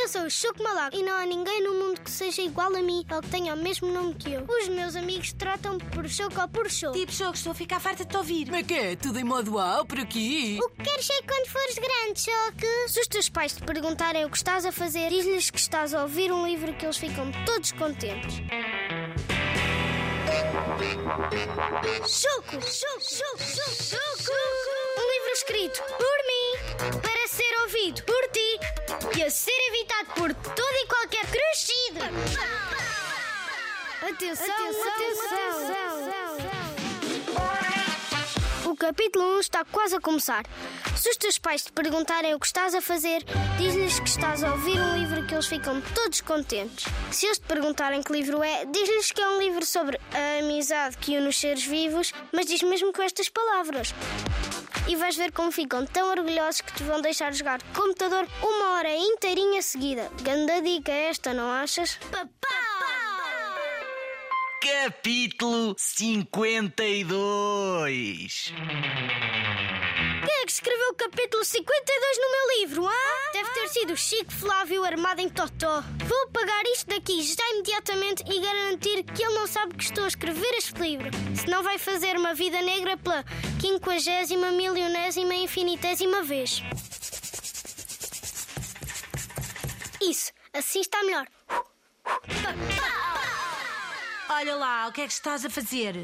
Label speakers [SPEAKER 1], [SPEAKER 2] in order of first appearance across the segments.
[SPEAKER 1] Eu sou o Chuco Malaco e não há ninguém no mundo que seja igual a mim ou que tenha o mesmo nome que eu. Os meus amigos tratam-me por Chuco ou por Chuco.
[SPEAKER 2] Tipo, Choco, estou a ficar farta de te ouvir.
[SPEAKER 3] Como é que é? Tudo em modo A por aqui?
[SPEAKER 1] O que queres ser quando fores grande, Choque? Se os teus pais te perguntarem o que estás a fazer, diz-lhes que estás a ouvir um livro que eles ficam todos contentes. Choco! Choco! Choco! Choco! Choco! Um livro escrito por mim, para ser ouvido por ti e a ser evitado por todo e qualquer crescido! Atenção! atenção. atenção. O capítulo 1 está quase a começar. Se os teus pais te perguntarem o que estás a fazer, diz-lhes que estás a ouvir um livro que eles ficam todos contentes. Se eles te perguntarem que livro é, diz-lhes que é um livro sobre a amizade que une os seres vivos, mas diz mesmo com estas palavras. E vais ver como ficam tão orgulhosos que te vão deixar jogar computador uma hora inteirinha seguida. Ganda dica esta, não achas?
[SPEAKER 4] Capítulo 52
[SPEAKER 1] Quem é que escreveu o capítulo 52 no meu livro, hã? Deve ter sido o Chico Flávio armado em totó. Vou apagar isto daqui já imediatamente e garantir que ele não sabe que estou a escrever este livro. Senão vai fazer uma vida negra pela quinquagésima, milionésima, infinitésima vez. Isso, assim está melhor.
[SPEAKER 2] Olha lá, o que é que estás a fazer?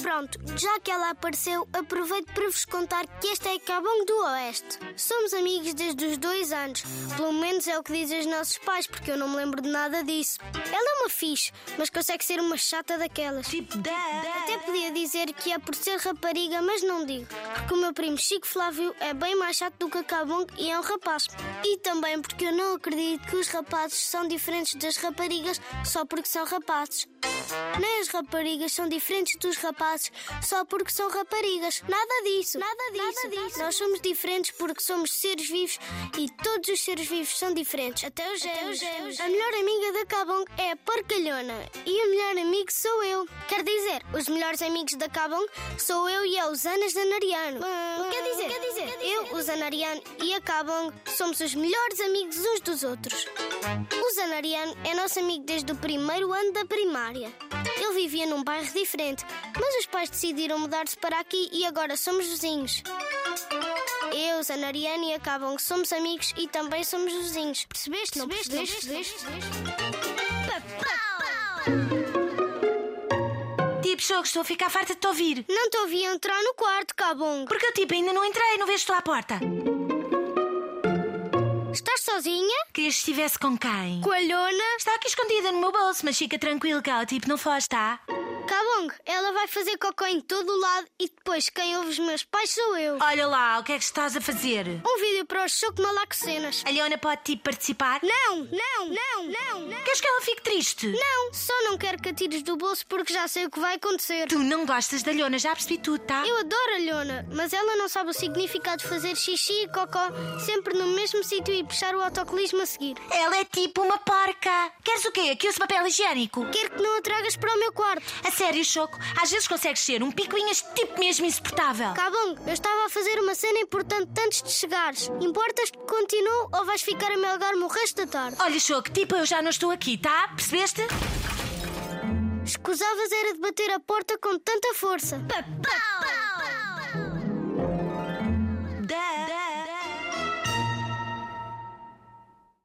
[SPEAKER 1] Pronto, já que ela apareceu, aproveito para vos contar que este é Cabongo do Oeste. Somos amigos desde os dois anos. Pelo menos é o que dizem os nossos pais, porque eu não me lembro de nada disso. Ela é uma fixe, mas consegue ser uma chata daquelas.
[SPEAKER 2] Tipo, da.
[SPEAKER 1] Até podia dizer que é por ser rapariga, mas não digo, porque o meu primo Chico Flávio é bem mais chato do que a Cabong e é um rapaz. E também porque eu não acredito que os rapazes são diferentes das raparigas só porque são rapazes. Nem as raparigas são diferentes dos rapazes só porque são raparigas. Nada disso. Nada disso. Nós somos diferentes porque somos seres vivos e todos os seres vivos são diferentes. Até é. os gêmeos. A melhor amiga da Cabong é a Porcalhona e o melhor amigo sou eu. Quer dizer, os melhores amigos da Cabong sou eu e é a Usanas Danariano. Quer dizer, quer dizer, eu, o Zanariano e a Cabong somos os melhores amigos uns dos outros. O Zanariano é nosso amigo desde o primeiro ano da primária. Ele vivia num bairro diferente, mas os pais decidiram mudar-se para aqui e agora somos vizinhos. Eu, Zanariano e a Cabong somos amigos e também somos vizinhos. Percebeste? Não percebeste?
[SPEAKER 2] Tipo, Choco, estou a ficar farta de te ouvir.
[SPEAKER 1] Não te ouvi entrar no quarto, Cabong.
[SPEAKER 2] Porque eu, tipo, ainda não entrei, não vejo estou à porta.
[SPEAKER 1] Estás sozinha?
[SPEAKER 2] Querias que estivesse com quem?
[SPEAKER 1] Coalhona?
[SPEAKER 2] Está aqui escondida no meu bolso, mas fica tranquilo cá, o tipo, não foge, tá?
[SPEAKER 1] Cabong, ela vai fazer cocô em todo o lado e depois quem ouve os meus pais sou eu.
[SPEAKER 2] Olha lá, o que é que estás a fazer?
[SPEAKER 1] Um vídeo para o Choco Malaco Cenas.
[SPEAKER 2] A Leona pode, tipo, participar?
[SPEAKER 1] Não, não, não, não, não.
[SPEAKER 2] Queres que ela fique triste?
[SPEAKER 1] Não, só não quero que a tires do bolso porque já sei o que vai acontecer.
[SPEAKER 2] Tu não gostas da Leona, já percebi tudo, tá?
[SPEAKER 1] Eu adoro a Leona, mas ela não sabe o significado de fazer xixi e cocó sempre no mesmo sítio e puxar o autocolismo a seguir.
[SPEAKER 2] Ela é tipo uma porca. Queres o quê? Aqui uso papel higiênico?
[SPEAKER 1] Quero que não a tragas para o meu quarto.
[SPEAKER 2] A sério, Choco, às vezes consegues ser um picuinhas tipo mesmo insuportável.
[SPEAKER 1] Cabong, eu estava a fazer uma cena importante antes de chegares. Importas que continue ou vais ficar a melgar-me o resto da tarde?
[SPEAKER 2] Olha, Choco, tipo, eu já não estou aqui, tá? Percebeste?
[SPEAKER 1] Escusavas era de bater a porta com tanta força.
[SPEAKER 2] Pau!